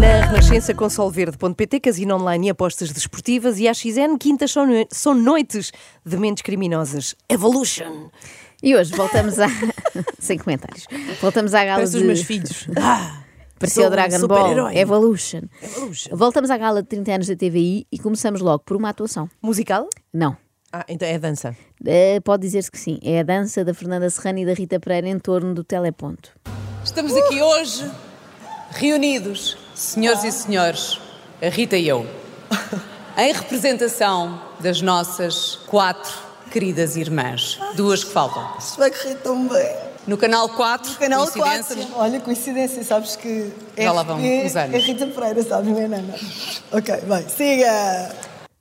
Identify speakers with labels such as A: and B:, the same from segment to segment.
A: Renascença com Solverde.pt, casino online e apostas desportivas e AXN, quintas são, no- são noites de mentes criminosas. Evolution!
B: E hoje voltamos a. Sem comentários. Voltamos à gala
A: Parece
B: de.
A: os meus filhos. Ah,
B: Pareceu
A: sou um
B: Dragon Ball.
A: super-herói.
B: Evolution.
A: Evolution.
B: Voltamos à gala de 30 anos da TVI e começamos logo por uma atuação.
A: Musical?
B: Não.
A: Ah, então é dança.
B: Eh, pode dizer-se que sim. É a dança da Fernanda Serrano e da Rita Pereira em torno do teleponto.
C: Estamos aqui hoje, reunidos, senhores e senhores, a Rita e eu, em representação das nossas quatro queridas irmãs, duas que faltam.
D: Se vai correr tão bem.
C: No canal 4,
D: Canal
C: coincidência,
D: 4. Olha, coincidência, sabes que.
C: Já lá vão
D: RP
C: uns anos.
D: É Rita Pereira, sabes, não é Nana? Ok, vai, siga!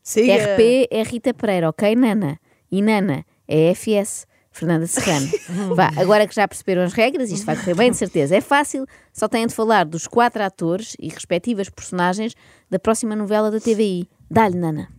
A: Siga.
B: RP é Rita Pereira, ok, Nana? E Nana é FS. Fernanda Serrano. Vá, agora que já perceberam as regras, isto vai correr bem, de certeza. É fácil, só têm de falar dos quatro atores e respectivas personagens da próxima novela da TVI. Dá-lhe, Nana.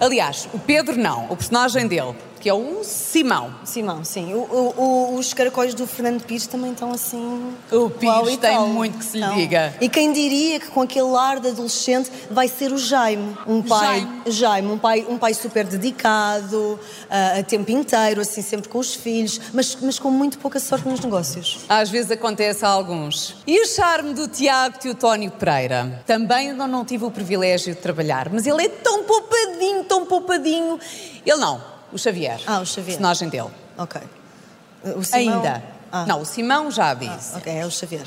C: Aliás, o Pedro não, o personagem dele, que é o Simão.
E: Simão, sim. O, o- o- os caracóis do Fernando Pires também estão assim.
C: O Pires
E: uau e
C: tem
E: tal.
C: muito que se lhe
E: Não.
C: diga.
E: E quem diria que com aquele ar de adolescente vai ser o Jaime, um pai,
C: Jaime.
E: Jaime, um pai, um pai super dedicado, ah, a tempo inteiro, assim sempre com os filhos, mas, mas com muito pouca sorte nos negócios.
C: Às vezes acontece a alguns. E o charme do Tiago Teotónio Pereira? Também não, não tive o privilégio de trabalhar, mas ele é tão poupadinho, tão poupadinho. Ele não, o Xavier.
E: Ah, o Xavier.
C: Personagem dele.
E: Ok. O Simão-
C: Ainda.
E: Ah,
C: Não, o Simão já disse.
E: Ok, é o Xavier.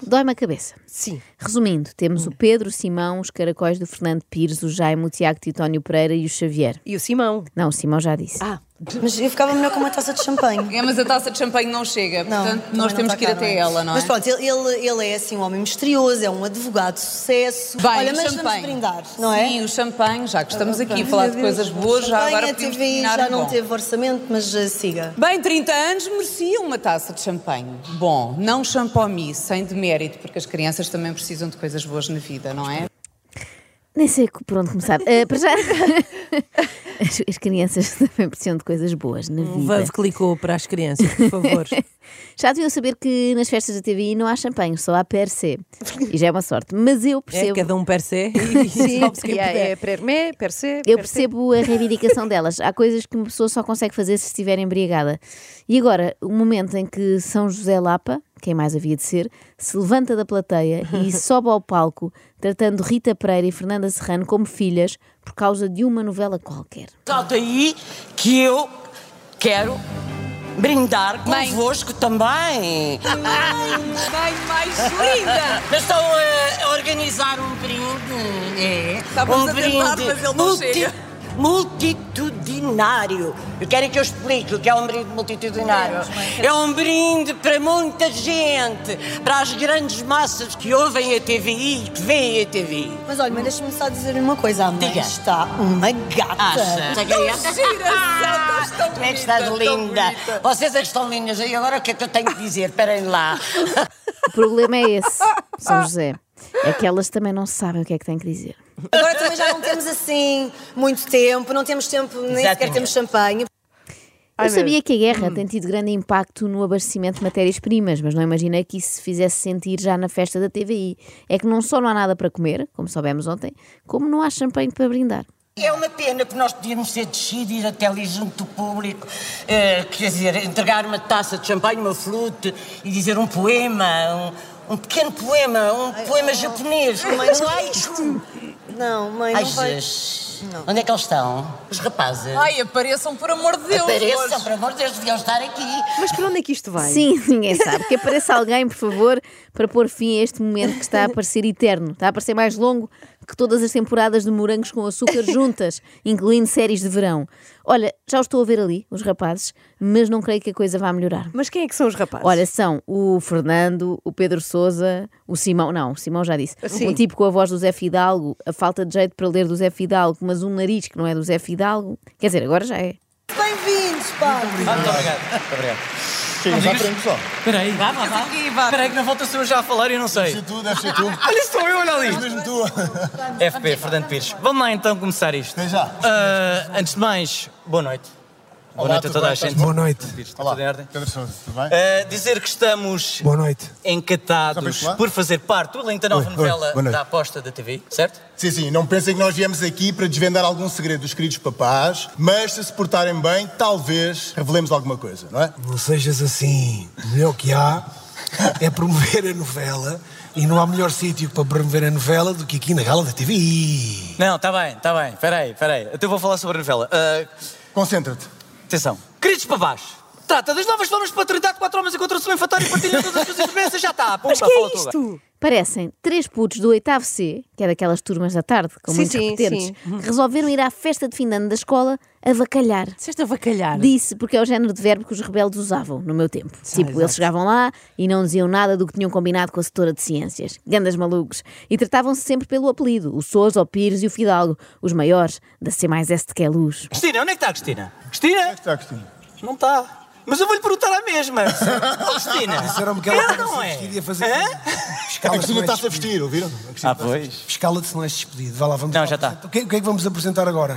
B: Dói-me a cabeça.
A: Sim.
B: Resumindo, temos o
F: Hum.
B: Pedro, o Simão, os caracóis do Fernando Pires, o Jaime, o Tiago Titónio Pereira e o Xavier.
A: E o Simão?
B: Não, o Simão já disse.
A: Ah,
E: Mas eu ficava melhor com uma taça de champanhe.
C: É, mas a taça de champanhe não chega, portanto
E: também
C: nós temos
E: está
C: que ir
E: cá,
C: até
E: não é?
C: ela, não é?
E: Mas pronto, ele, ele, ele é assim um homem misterioso, é um advogado de sucesso.
C: Vai,
E: Olha,
C: o
E: mas
C: champanhe.
E: vamos brindar, não é?
C: Sim, o champanhe, já que estamos aqui a falar de
E: Meu
C: coisas
E: Deus,
C: boas, já
E: champanhe,
C: agora
E: a
C: podemos
E: TVI
C: terminar
E: já
C: de
E: não
C: bom.
E: teve orçamento, mas eh, siga.
C: Bem, 30 anos merecia uma taça de champanhe. Bom, não champomi, sem demérito, porque as crianças também precisam de coisas boas na vida, não é?
B: Nem sei co- por onde começar. Ah, para já. As, as crianças também precisam de coisas boas na
F: O
B: vida.
F: Vavo clicou para as crianças, por favor.
B: Já deviam saber que nas festas da TVI não há champanhe, só há percé. E já é uma sorte. Mas eu
F: é,
B: percebo.
F: cada um per se e sobe-se quem
A: é,
F: puder.
A: é Permé, Percé.
B: Eu percebo a reivindicação delas. Há coisas que uma pessoa só consegue fazer se estiver embriagada. E agora, o momento em que São José Lapa, quem mais havia de ser, se levanta da plateia e sobe ao palco, tratando Rita Pereira e Fernanda Serrano como filhas por causa de uma novela qualquer.
G: Salta aí que eu quero brindar
C: Mãe.
G: convosco também.
C: Bem mais linda!
G: Mas estão eh, a organizar um brinde. É.
C: Estávamos
G: um
C: a tentar, mas ele não chega.
G: Multitudinário. Eu quero que eu explique o que é um brinde multitudinário. É um brinde para muita gente, para as grandes massas que ouvem a TVI e que veem a TVI.
E: Mas olha, mas deixa-me só dizer uma coisa. A mãe
G: Diga.
E: está uma gata.
G: Acha?
C: Gira, Santos, tão
G: Como é que
C: bonita,
G: estás
C: tão
G: linda?
C: bonita.
G: Vocês é que estão lindas. E agora o que é que eu tenho que dizer? Esperem lá.
B: O problema é esse, São José. É que elas também não sabem o que é que têm que dizer.
E: Agora também já não temos assim muito tempo, não temos tempo, nem sequer
G: Exatamente.
E: temos champanhe.
A: Ai,
B: Eu
A: meu- Hum.
B: sabia que a guerra tem tido grande impacto no abastecimento de matérias-primas, mas não imaginei que isso se fizesse sentir já na festa da TVI. É que não só não há nada para comer, como soubemos ontem, como não há champanhe para brindar.
G: É uma pena que nós podíamos ter descido e ir até ali junto do público, eh, quer dizer, entregar uma taça de champanhe, uma flute e dizer um poema, um, um pequeno poema, um poema japonês.
E: mas
G: Um
E: que é
G: haiku.
E: Não, mãe,
G: Ai,
E: não vai.
G: Jesus. Onde é que eles estão? Os rapazes.
C: Ai, apareçam, por amor de Deus!
G: Apareçam,
C: hoje.
G: por amor de Deus, deviam estar aqui.
A: Mas para onde é que isto vai?
B: Sim, ninguém sabe. Que apareça alguém, por favor, para pôr fim a este momento que está a parecer eterno. Está a parecer mais longo que todas as temporadas de morangos com açúcar juntas, incluindo séries de verão. Olha, já os estou a ver ali, os rapazes, mas não creio que a coisa vá melhorar.
A: Mas quem é que são os rapazes?
B: Olha, são o Fernando, o Pedro Souza, o Simão, não, o Simão já disse.
A: Sim.
B: Um tipo com a voz do Zé Fidalgo, a falta de jeito para ler do Zé Fidalgo, mas um nariz que não é do Zé Fidalgo. Quer dizer, agora já é.
E: Bem-vindos, pá!
H: um
I: Chega, já aprende só.
J: Peraí,
C: Vá, vá, vá. Aqui, vá.
J: peraí que na volta sou eu já a falar e eu não sei.
I: Se tu, deve ser tu.
J: Olha, sou eu, olha ali.
I: Mesmo tu.
J: FP, Fernando Pires. Vamos lá então começar isto.
I: Até já.
J: Ah, antes de mais, boa noite. Boa noite a toda a gente.
I: Boa noite.
J: Está tudo em ordem?
I: Pedro Sousa, tudo
H: É.
I: bem?
J: Eh, dizer que estamos
I: Boa noite.
J: encatados
I: Sabes lá?
J: por fazer parte do elenco da nova
I: Oi, oi,
J: novela
I: boa noite.
J: da aposta da TV, certo?
I: Sim, sim, não pensem que nós viemos aqui para desvendar algum segredo dos queridos papás, mas se se portarem bem, talvez revelemos alguma coisa, não é?
H: Não sejas assim. O melhor que há é promover a novela e não há melhor sítio para promover a novela do que aqui na gala da TV.
J: Não, está bem, está bem. Espera aí, espera aí. Até vou falar sobre a novela. Eh,
I: Concentra-te.
J: Atenção. Queridos papás, trata das novas formas de paternidade, quatro homens encontram-se no infantário e partilham todas as suas experiências. Já está. Pumba,
K: Mas que
J: fala
K: é
J: tu agora.
K: isto?
B: Parecem três putos do oitavo C, que é daquelas turmas da tarde, com
K: Sim,
B: muitos
K: sim,
B: repetentes,
K: sim.
B: que resolveram ir à festa de fim de ano da escola avacalhar.
F: Disseste a vacalhar.
B: Disse, porque é o género de verbo que os rebeldes usavam no meu tempo. tipo,
F: exato.
B: eles chegavam lá e não diziam nada do que tinham combinado com a setora de ciências. Gandas malucos. E tratavam-se sempre pelo apelido. O Sousa, o Pires e o Fidalgo. Os maiores, da C mais S de que é luz.
J: Cristina, onde é que está a Cristina? Cristina?
I: Está, Cristina.
J: Não está. Mas eu vou-lhe perguntar à mesma. Ô, Cristina.
H: Disseram-me que ela
J: ela
H: estava
J: não
H: a
J: é.
H: vestir e a fazer. Tipo,
J: Hã?
I: A
L: É
H: Escala-te,
I: Cristina
H: não és
I: está-se a vestir, ouviram? A Cristina
J: Ah, pois.
H: Escala-te se não és despedido. Vá lá, vamos
J: Não,
H: lá.
J: já tá. está.
H: O que, o que é que vamos apresentar agora?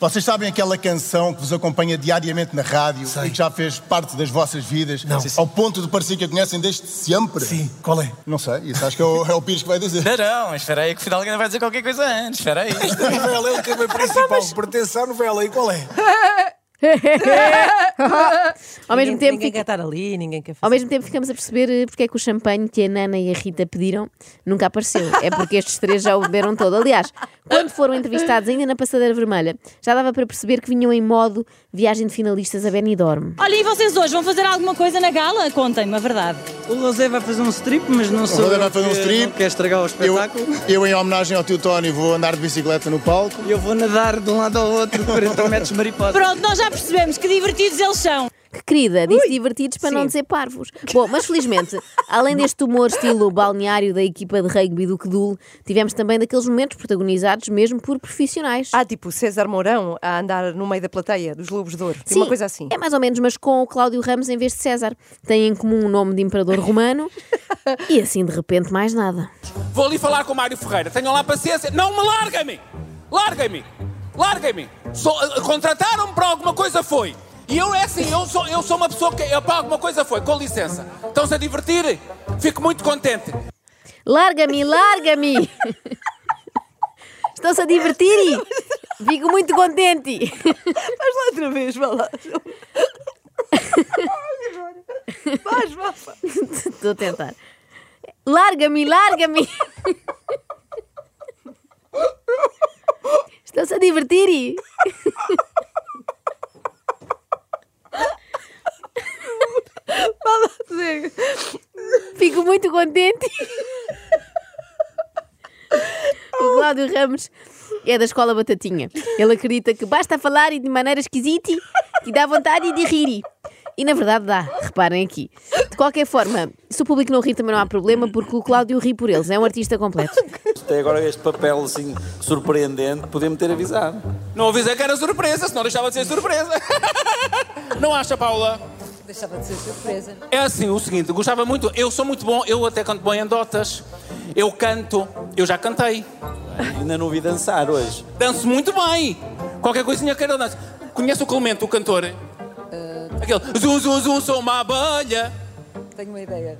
I: Vocês sabem aquela canção que vos acompanha diariamente na rádio
H: Sei.
I: e que já fez parte das vossas vidas,
H: Não. Sim, sim.
I: ao ponto de parecer que a conhecem desde sempre?
H: Sim, qual é?
I: Não sei, isso acho que é o, é o Pires que vai dizer.
J: Não, não, mas espera aí que o Fidalgo ainda vai dizer qualquer coisa antes. Espera aí.
H: A novela é o tema principal, pertence à novela. E qual é?
B: Ao mesmo
F: ninguém,
B: tempo,
F: Ninguém
B: fica-
F: quer estar ali, ninguém quer fazer.
B: Ao mesmo tempo ficamos a perceber eh, porque é que o champanhe que a Nana e a Rita pediram nunca apareceu. É porque estes três já o beberam todo. Aliás, quando foram entrevistados ainda na passadeira vermelha, já dava para perceber que vinham em modo viagem de finalistas a Benidorm.
M: Olha, e vocês hoje vão fazer alguma coisa na gala? Contem-me a verdade.
F: O Rosé vai fazer um strip, mas não
I: O Rodé vai fazer um strip. Eu, eu, em homenagem ao tio Tony, vou andar de bicicleta no palco.
F: Eu vou nadar de um lado ao outro, 40 metros mariposa.
M: Pronto, nós já percebemos que divertidos eles são.
B: Que querida, disse divertidos para não dizer parvos. Bom, mas felizmente, além deste humor estilo balneário da equipa de rugby do Quedul, tivemos também daqueles momentos protagonizados mesmo por profissionais.
K: Ah, tipo César Mourão a andar no meio da plateia dos Lobos de Ouro. Sim, uma coisa assim.
B: É mais ou menos, mas com o Cláudio Ramos em vez de César. Tem em comum o nome de imperador romano e assim de repente mais nada.
L: Vou ali falar com o Mário Ferreira. Tenham lá paciência. Não me larguem-me! Larguem-me! Larguem-me! Só, eh, Contrataram-me para alguma coisa foi. E eu é assim, eu sou, eu sou uma pessoa que eh, para alguma coisa foi, com licença. Estão-se a divertir? Fico muito contente.
B: Larga-me, larga-me! Estão-se a divertir? Fico muito contente!
K: Vais lá outra vez, vai lá. Vais, vai.
B: Estou a tentar. Larga-me, larga-me! Estão-se a divertir? Fico muito contente. O Cláudio Ramos é da escola Batatinha. Ele acredita que basta falar e de maneira esquisita que dá vontade de rir. E na verdade dá, reparem aqui. De qualquer forma, se o público não ri também não há problema, porque o Cláudio ri por eles, é um artista completo.
L: Até agora este papel assim surpreendente, podemos ter avisado. Não avisei que era surpresa, senão deixava de ser surpresa. Não acha, Paula?
A: Deixava de ser surpresa.
L: É assim, o seguinte, gostava muito, eu sou muito bom, eu até canto bem em dotas. Eu canto, eu já cantei. Ainda não vi dançar hoje. Danço muito bem. Qualquer coisinha que eu danço. Conhece o Clemente, o cantor? Aquele zum, zum, zum, sou uma abelha.
A: Tenho uma ideia.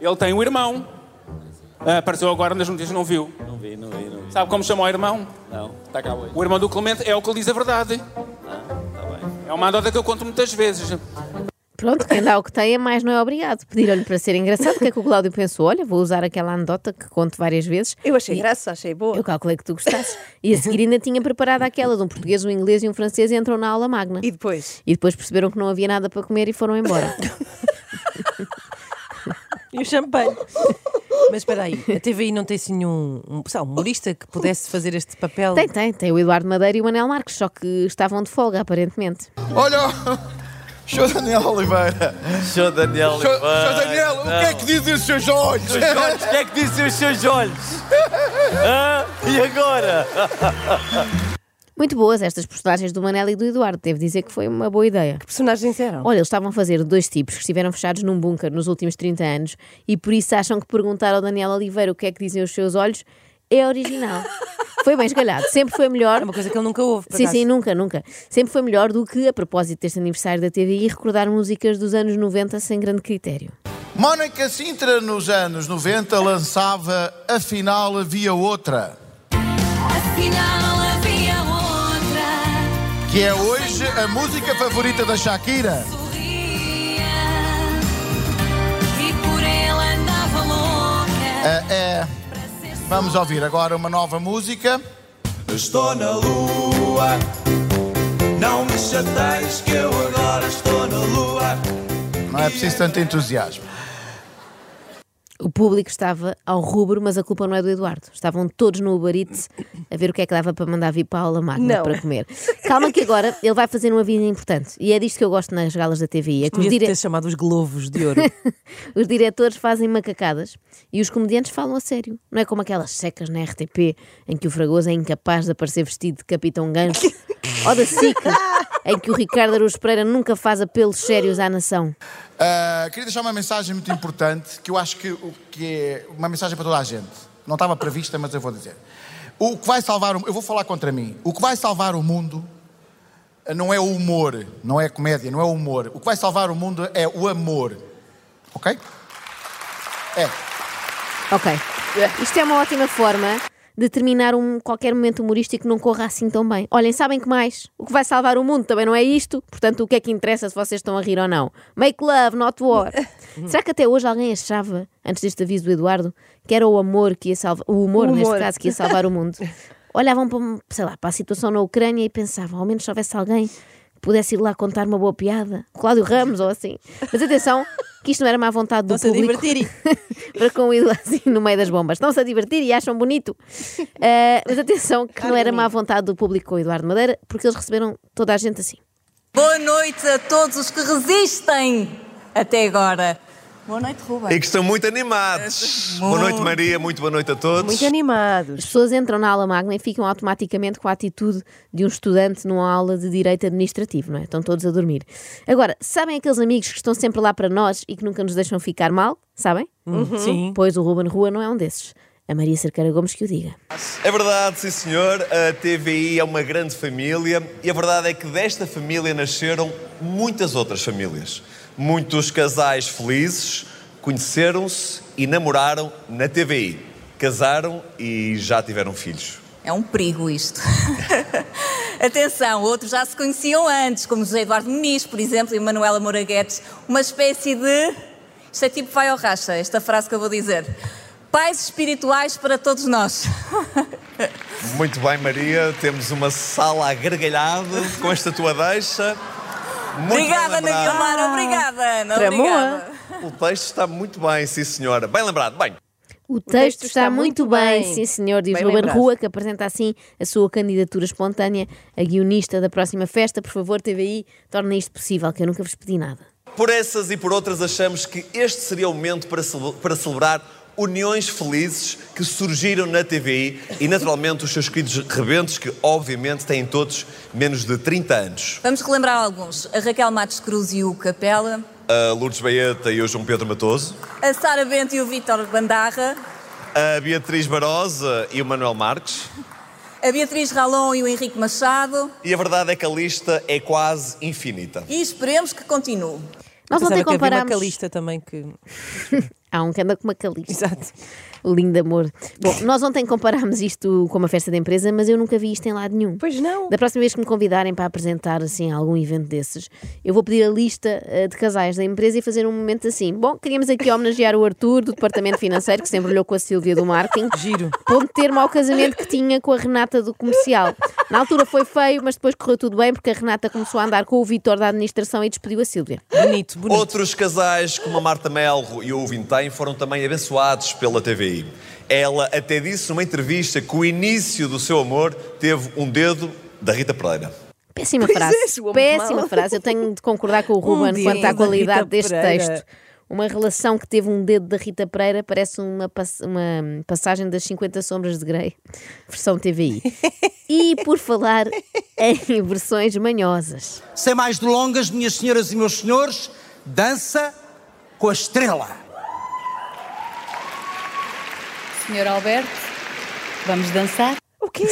L: Ele tem um irmão. Ah, apareceu agora nas notícias, não viu? Não vi, não vi, não vi. Sabe como chama o irmão? Não, está cá hoje. O irmão do Clemente é o que lhe diz a verdade. Não, está bem. É uma anedota que eu conto muitas vezes.
B: Pronto, quem dá o que tem é mais não é obrigado. Pediram-lhe para ser engraçado, o que é que o Cláudio pensou? Olha, vou usar aquela anedota que conto várias vezes.
K: Eu achei graça, achei boa.
B: Eu calculei que tu gostasses. E a seguir ainda tinha preparado aquela de um português, um inglês e um francês e entram na aula magna.
K: E depois?
B: E depois perceberam que não havia nada para comer e foram embora.
F: E o champanhe. Mas espera aí, a TVI não tem assim nenhum um, sei lá, um humorista que pudesse fazer este papel?
B: tem, tem, tem o Eduardo Madeira e o Manel Marques, só que estavam de folga, aparentemente.
I: Olha, show Daniel Oliveira.
J: Show Daniel Oliveira.
N: é
I: dizem os seus olhos?
J: Os olhos, o que é que dizem os seus olhos? Hã? E agora?
B: Muito boas estas personagens do Manel e do Eduardo, devo dizer que foi uma boa ideia.
K: Que personagens eram?
B: Olha, eles estavam a fazer dois tipos que estiveram fechados num bunker nos últimos 30 anos e por isso acham que perguntar ao Daniel Oliveira o que é que dizem os seus olhos é original. Foi bem esgalhado, sempre foi melhor. É uma
F: coisa que ele nunca ouve. por
B: Sim,
F: acaso.
B: sim, nunca, nunca. Sempre foi melhor do que, a propósito deste aniversário da TVI, recordar músicas dos anos 90 sem grande critério.
N: Mónica Sintra, nos anos 90, lançava Afinal Havia Outra,
O: Afinal havia outra.
N: que é hoje a música favorita da Shakira.
O: E por ele andava louca.
N: Ah, é. Vamos ouvir agora uma nova música. Estou na lua, não me chateias que eu agora estou na lua. Não é preciso tanto entusiasmo.
B: O público estava ao rubro, mas a culpa não é do Eduardo. Estavam todos no Uber Eats a ver o que é que dava para mandar vir para a aula magna
A: Não.
B: para comer. Calma que agora ele vai fazer uma vida importante. E é disto que eu gosto nas galas da TVI. É que os,
F: Devia
B: dire-
F: ter chamado os globos de ouro.
B: os diretores fazem macacadas e os comediantes falam a sério. Não é como aquelas secas na RTP em que o Fragoso é incapaz de aparecer vestido de Capitão Gancho ou da SIC em que o Ricardo Araújo Pereira nunca faz apelos sérios à nação.
N: Ah, queria deixar uma mensagem muito importante, que eu acho que, o que é uma mensagem para toda a gente. Não estava prevista, mas eu vou dizer. O que vai salvar o, eu vou falar contra mim. O que vai salvar o mundo não é o humor, não é a comédia, não é o humor. O que vai salvar o mundo é o amor. OK? É.
B: Ok. Isto é uma ótima forma de terminar um, qualquer momento humorístico que não corra assim tão bem. Olhem, sabem que mais? O que vai salvar o mundo também não é isto. Portanto, o que é que interessa se vocês estão a rir ou não? Make love, not war. Será que até hoje alguém achava, antes deste aviso do Eduardo, que era o amor que ia salvar, o humor,
A: O
B: neste
A: humor.
B: caso, que ia salvar o mundo? Olhavam para, sei lá, para a situação na Ucrânia e pensavam, ao menos se houvesse alguém que pudesse ir lá contar uma boa piada, Cláudio Ramos ou assim. Mas atenção, que isto não era má vontade do
F: Estão-se a
B: público
F: divertir.
B: para com o ídolo assim no meio das bombas. Estão-se a divertir e acham bonito. Eh, mas atenção, que não era má vontade do público com o Eduardo Madeira, porque eles receberam toda a gente assim.
P: Boa noite a todos os que resistem até agora. Boa noite, Ruben.
Q: E É que estão muito animados. Boa noite, Maria. Muito boa noite a todos.
B: animados. As pessoas entram na aula magna e ficam automaticamente com a atitude de um estudante numa aula de direito administrativo, não é? Estão todos a dormir. Agora, sabem aqueles amigos que estão sempre lá para nós e que nunca nos deixam ficar mal? Sabem?
F: Hum,
Q: Uhum. Sim.
B: Pois o Ruben Rua não é um desses. A Maria Cerqueira Gomes que o diga.
Q: É verdade, sim senhor. A TVI é uma grande família e a verdade é que desta família nasceram muitas outras famílias. Muitos casais felizes conheceram-se e namoraram na TVI. Casaram e já tiveram filhos.
P: É um perigo isto. Atenção, outros já se conheciam antes, como José Eduardo Muniz, por exemplo, e Manuela Moraguetes. Uma espécie de. Isto é tipo vai ao racha, esta frase que eu vou dizer. Pais espirituais para todos nós.
Q: Muito bem, Maria. Temos uma sala agregalhada com esta tua deixa. Muito bem
P: obrigada, Ana
Q: lembrado.
P: Guilmar, obrigada, Ana. Obrigada.
Q: O texto está muito bem, sim senhora. Bem lembrado, bem.
B: O texto, está, muito bem, sim senhor, diz
Q: Bem
B: Ruben
Q: lembrado.
B: Rua, que apresenta assim a sua candidatura espontânea a guionista da próxima festa. Por favor, TVI, torna isto possível, que eu nunca vos pedi nada.
Q: Por essas e por outras, achamos que este seria o momento para, cele- para celebrar uniões felizes que surgiram na TVI e, naturalmente, os seus queridos rebentos, que, obviamente, têm todos menos de 30 anos.
P: Vamos relembrar alguns. A Raquel Matos Cruz e o Capela.
Q: A Lourdes Baeta e o João Pedro Matoso.
P: A Sara Bento e o Vítor Bandarra.
Q: A Beatriz Barosa e o Manuel Marques.
P: A Beatriz Ralon e o Henrique Machado.
Q: E a verdade é que a lista é quase infinita.
P: E esperemos que continue.
B: Nós
F: Pensava
B: ontem
F: que havia
B: comparámos.
F: uma calista também que...
B: Há um que anda com uma caliça. Exato. O lindo amor. Bom, nós ontem comparámos isto com uma festa da empresa, mas eu nunca vi isto em lado nenhum. Pois não. Da próxima vez que me convidarem para apresentar assim algum evento desses, eu vou pedir a lista eh, de casais da empresa e fazer um momento assim. Bom, queríamos aqui homenagear o Arthur do departamento financeiro, que sempre olhou com a Silvia do marketing. Giro. Ponto termo ao casamento que tinha com a Renata do comercial. Na altura foi feio, mas depois correu tudo bem porque a Renata começou a andar com o Vitor da administração e despediu a Silvia.
F: Bonito, bonito.
Q: Outros casais, como a Marta Melro e o Vintém, foram também abençoados pela TVI. Ela até disse numa entrevista que o início do seu amor teve um dedo da Rita Pereira.
B: Péssima
A: Pois
B: frase.
A: é, soou-me
B: Péssima
A: mal.
B: frase. Eu tenho de concordar com o Ruben
A: dedo
B: quanto à
A: da
B: qualidade
A: Um Rita
B: deste
A: Pereira.
B: texto. Uma relação que teve um dedo da Rita Pereira parece uma, pass- uma passagem das 50 Sombras de Grey, versão TVI. e por falar em versões manhosas.
R: Sem mais delongas, minhas senhoras e meus senhores, dança com a estrela.
C: Senhor Alberto,
M: Vamos dançar?
A: O quê?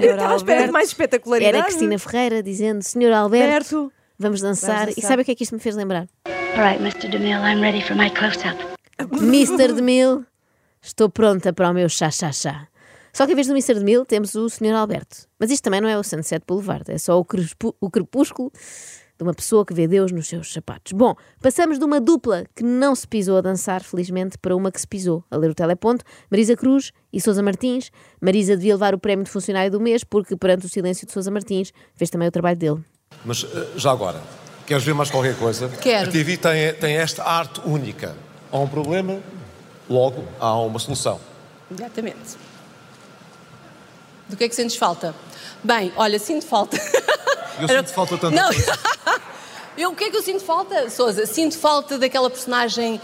A: Eu estava à espera de mais espetacularidade.
B: Era a Cristina Ferreira dizendo: Senhor Alberto, vamos, dançar.
A: Vamos dançar.
B: E sabe o que é que isto me fez lembrar?
S: All right, Mr. DeMille, I'm ready for my close-up.
B: Mr. DeMille, estou pronta para o meu chá-chá-chá. Só que em vez do Mr. DeMille temos o Sr. Alberto. Mas isto também não é o Sunset Boulevard, é só o, crespu- o crepúsculo de uma pessoa que vê Deus nos seus sapatos. Bom, passamos de uma dupla que não se pisou a dançar, felizmente, para uma que se pisou a ler o teleponto, Marisa Cruz e Sousa Martins. Marisa devia levar o prémio de funcionário do mês porque, perante o silêncio de Sousa Martins, fez também o trabalho dele.
T: Mas eh, já agora, queres ver mais qualquer coisa?
B: Quero.
T: A TV tem, tem esta arte única. Há um problema, logo há uma solução.
U: Exatamente. Do que é que sentes falta? Bem, olha, sinto falta.
T: Eu sinto que falta tanto.
U: Não. Eu, o que é que eu sinto falta, Souza? Sinto falta daquela personagem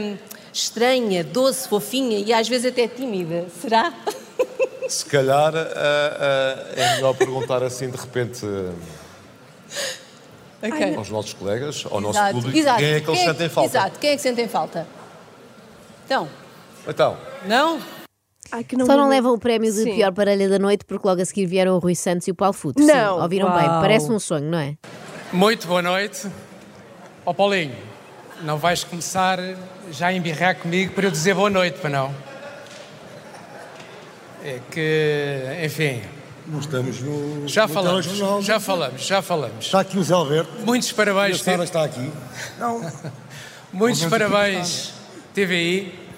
U: hum, estranha, doce, fofinha e às vezes até tímida. Será?
T: Se calhar ah, ah, é melhor perguntar assim de repente eh,
U: Ok.
T: aos nossos colegas, ao nosso
U: Exato,
T: público,
U: exato.
T: quem é que eles sentem falta.
U: Exato, quem é que sentem falta? Então,
T: Então,
U: não?
B: Só não levam o prémio de pior parelha da noite porque logo a seguir vieram o Rui Santos e o Paulo Futre. Sim,
V: Não.
B: ouviram
V: Uau.
B: bem, parece um sonho, não é?
V: Muito boa noite. Ó Paulinho, não vais começar já a embirrar comigo para eu dizer boa noite, para não? É que, enfim.
W: Não estamos no.
V: Já
W: no
V: falamos,
W: telejornal.
V: já falamos, já falamos.
W: Está aqui o Zé Alberto.
V: Muitos parabéns.
W: E a Sara está aqui. Não.
V: Muitos
W: Ao menos
V: parabéns, TVI.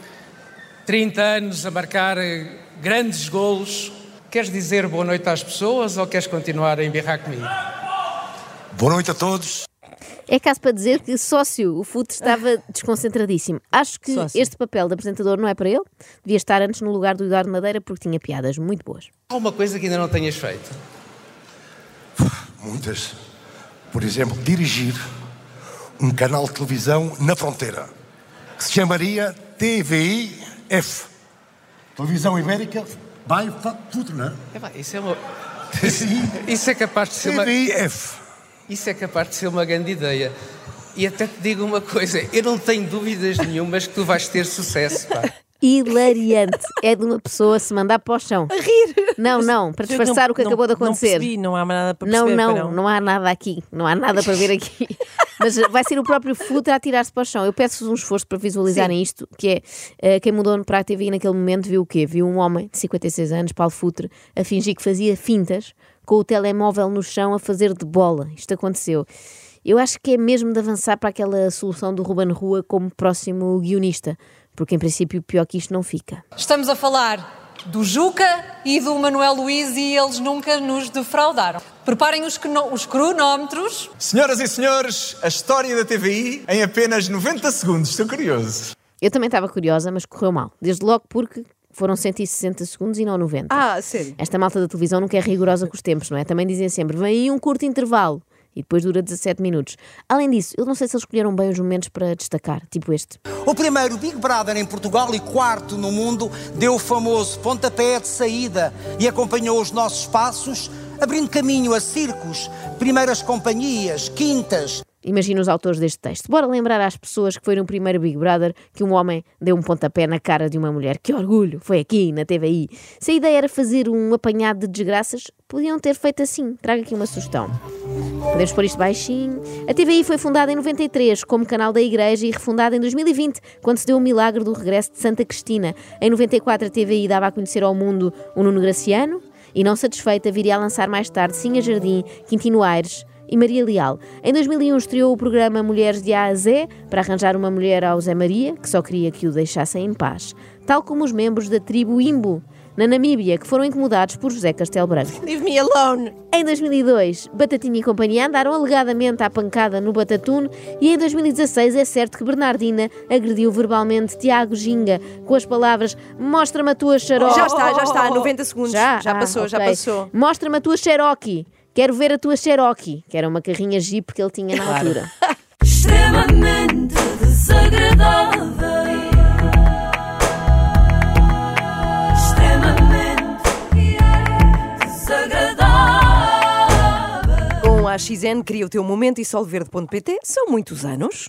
V: 30 anos a marcar eh, grandes golos. Queres dizer boa noite às pessoas ou queres continuar a embirrar comigo?
W: Boa noite a todos.
B: É caso para dizer que sócio, o Futre estava desconcentradíssimo. Acho que
W: Sócio.
B: este papel de apresentador não é para ele. Devia estar antes no lugar do Eduardo Madeira porque tinha piadas muito boas.
V: Há uma coisa que ainda não tenhas feito.
W: Muitas. Por exemplo, dirigir um canal de televisão na fronteira que se chamaria TVIF Televisão Ibérica by Futre, não é?
V: Epá, isso é uma... Isso é capaz de ser uma... Isso é capaz de ser uma grande ideia. E até te digo uma coisa, eu não tenho dúvidas nenhumas que tu vais ter sucesso, pá.
B: Hilariante. É de uma pessoa se mandar para o chão. A
A: rir.
B: Não, não, para
F: Eu
B: disfarçar
F: não-
B: o que
F: não-
B: acabou de
F: não
B: acontecer.
F: percebi, não há nada para
B: não,
F: perceber,
B: não,
F: para não.
B: não há nada aqui. Não há nada para ver aqui. Mas eh, vai ser o próprio Futre a tirar-se para o chão. Eu peço-vos um esforço para visualizarem isto, que é eh, quem mudou para a TV naquele momento viu o quê? Viu um homem de 56 anos, Paulo Futre, a fingir que fazia fintas com o telemóvel no chão a fazer de bola. Isto aconteceu. Eu acho que é mesmo de avançar para aquela solução do Ruben Rua como próximo guionista, porque em princípio pior que isto não fica.
U: Estamos a falar do Juca e do Manuel Luiz e eles nunca nos defraudaram. Preparem os, crono- os cronómetros.
X: Senhoras e senhores, a história da TVI em apenas 90 segundos. Estou curioso.
B: Eu também estava curiosa, mas correu mal. Desde logo porque foram 160 segundos e não 90.
A: Ah, sério?
B: Esta malta da televisão nunca é rigorosa com os tempos, não é? Também dizem sempre, vem aí um curto intervalo. E depois dura 17 minutos. Além disso, eu não sei se eles escolheram bem os momentos para destacar, tipo este.
Y: O primeiro Big Brother em Portugal e quarto no mundo deu o famoso pontapé de saída e acompanhou os nossos passos, abrindo caminho a circos, primeiras companhias, quintas.
B: Imagina os autores deste texto. Bora lembrar às pessoas que foi no primeiro Big Brother que um homem deu um pontapé na cara de uma mulher. Que orgulho! Foi aqui, na TVI. Se a ideia era fazer um apanhado de desgraças, podiam ter feito assim. Trago aqui uma sugestão. Podemos pôr isto baixinho. A TVI foi fundada em 93 como canal da Igreja e refundada em 2020, quando se deu o milagre do regresso de Santa Cristina. Em 94 a TVI dava a conhecer ao mundo o Nuno Graciano e, não satisfeita, viria a lançar mais tarde Sinha Jardim, Quintino Aires e Maria Leal. Em 2001 estreou o programa Mulheres de A a Z para arranjar uma mulher ao Zé Maria, que só queria que o deixassem em paz. Tal como os membros da tribo Imbu, na Namíbia, que foram incomodados por José Castelo Branco.
A: Leave me alone.
B: Em 2002, Batatinha e companhia andaram alegadamente à pancada no Batatune e em 2016 é certo que Bernardina agrediu verbalmente Tiago Ginga com as palavras Mostra-me a tua xarope.
A: Já está, já está, 90 segundos. Já passou, já
B: Ah, ok.
A: passou.
B: Mostra-me a tua Cherokee. Quero ver a tua Cherokee, que era uma carrinha Jeep que ele tinha na
O: Claro.
B: altura.
O: Extremamente desagradável. Extremamente desagradável.
A: Com a XN, cria o teu momento e solverde.pt são muitos anos.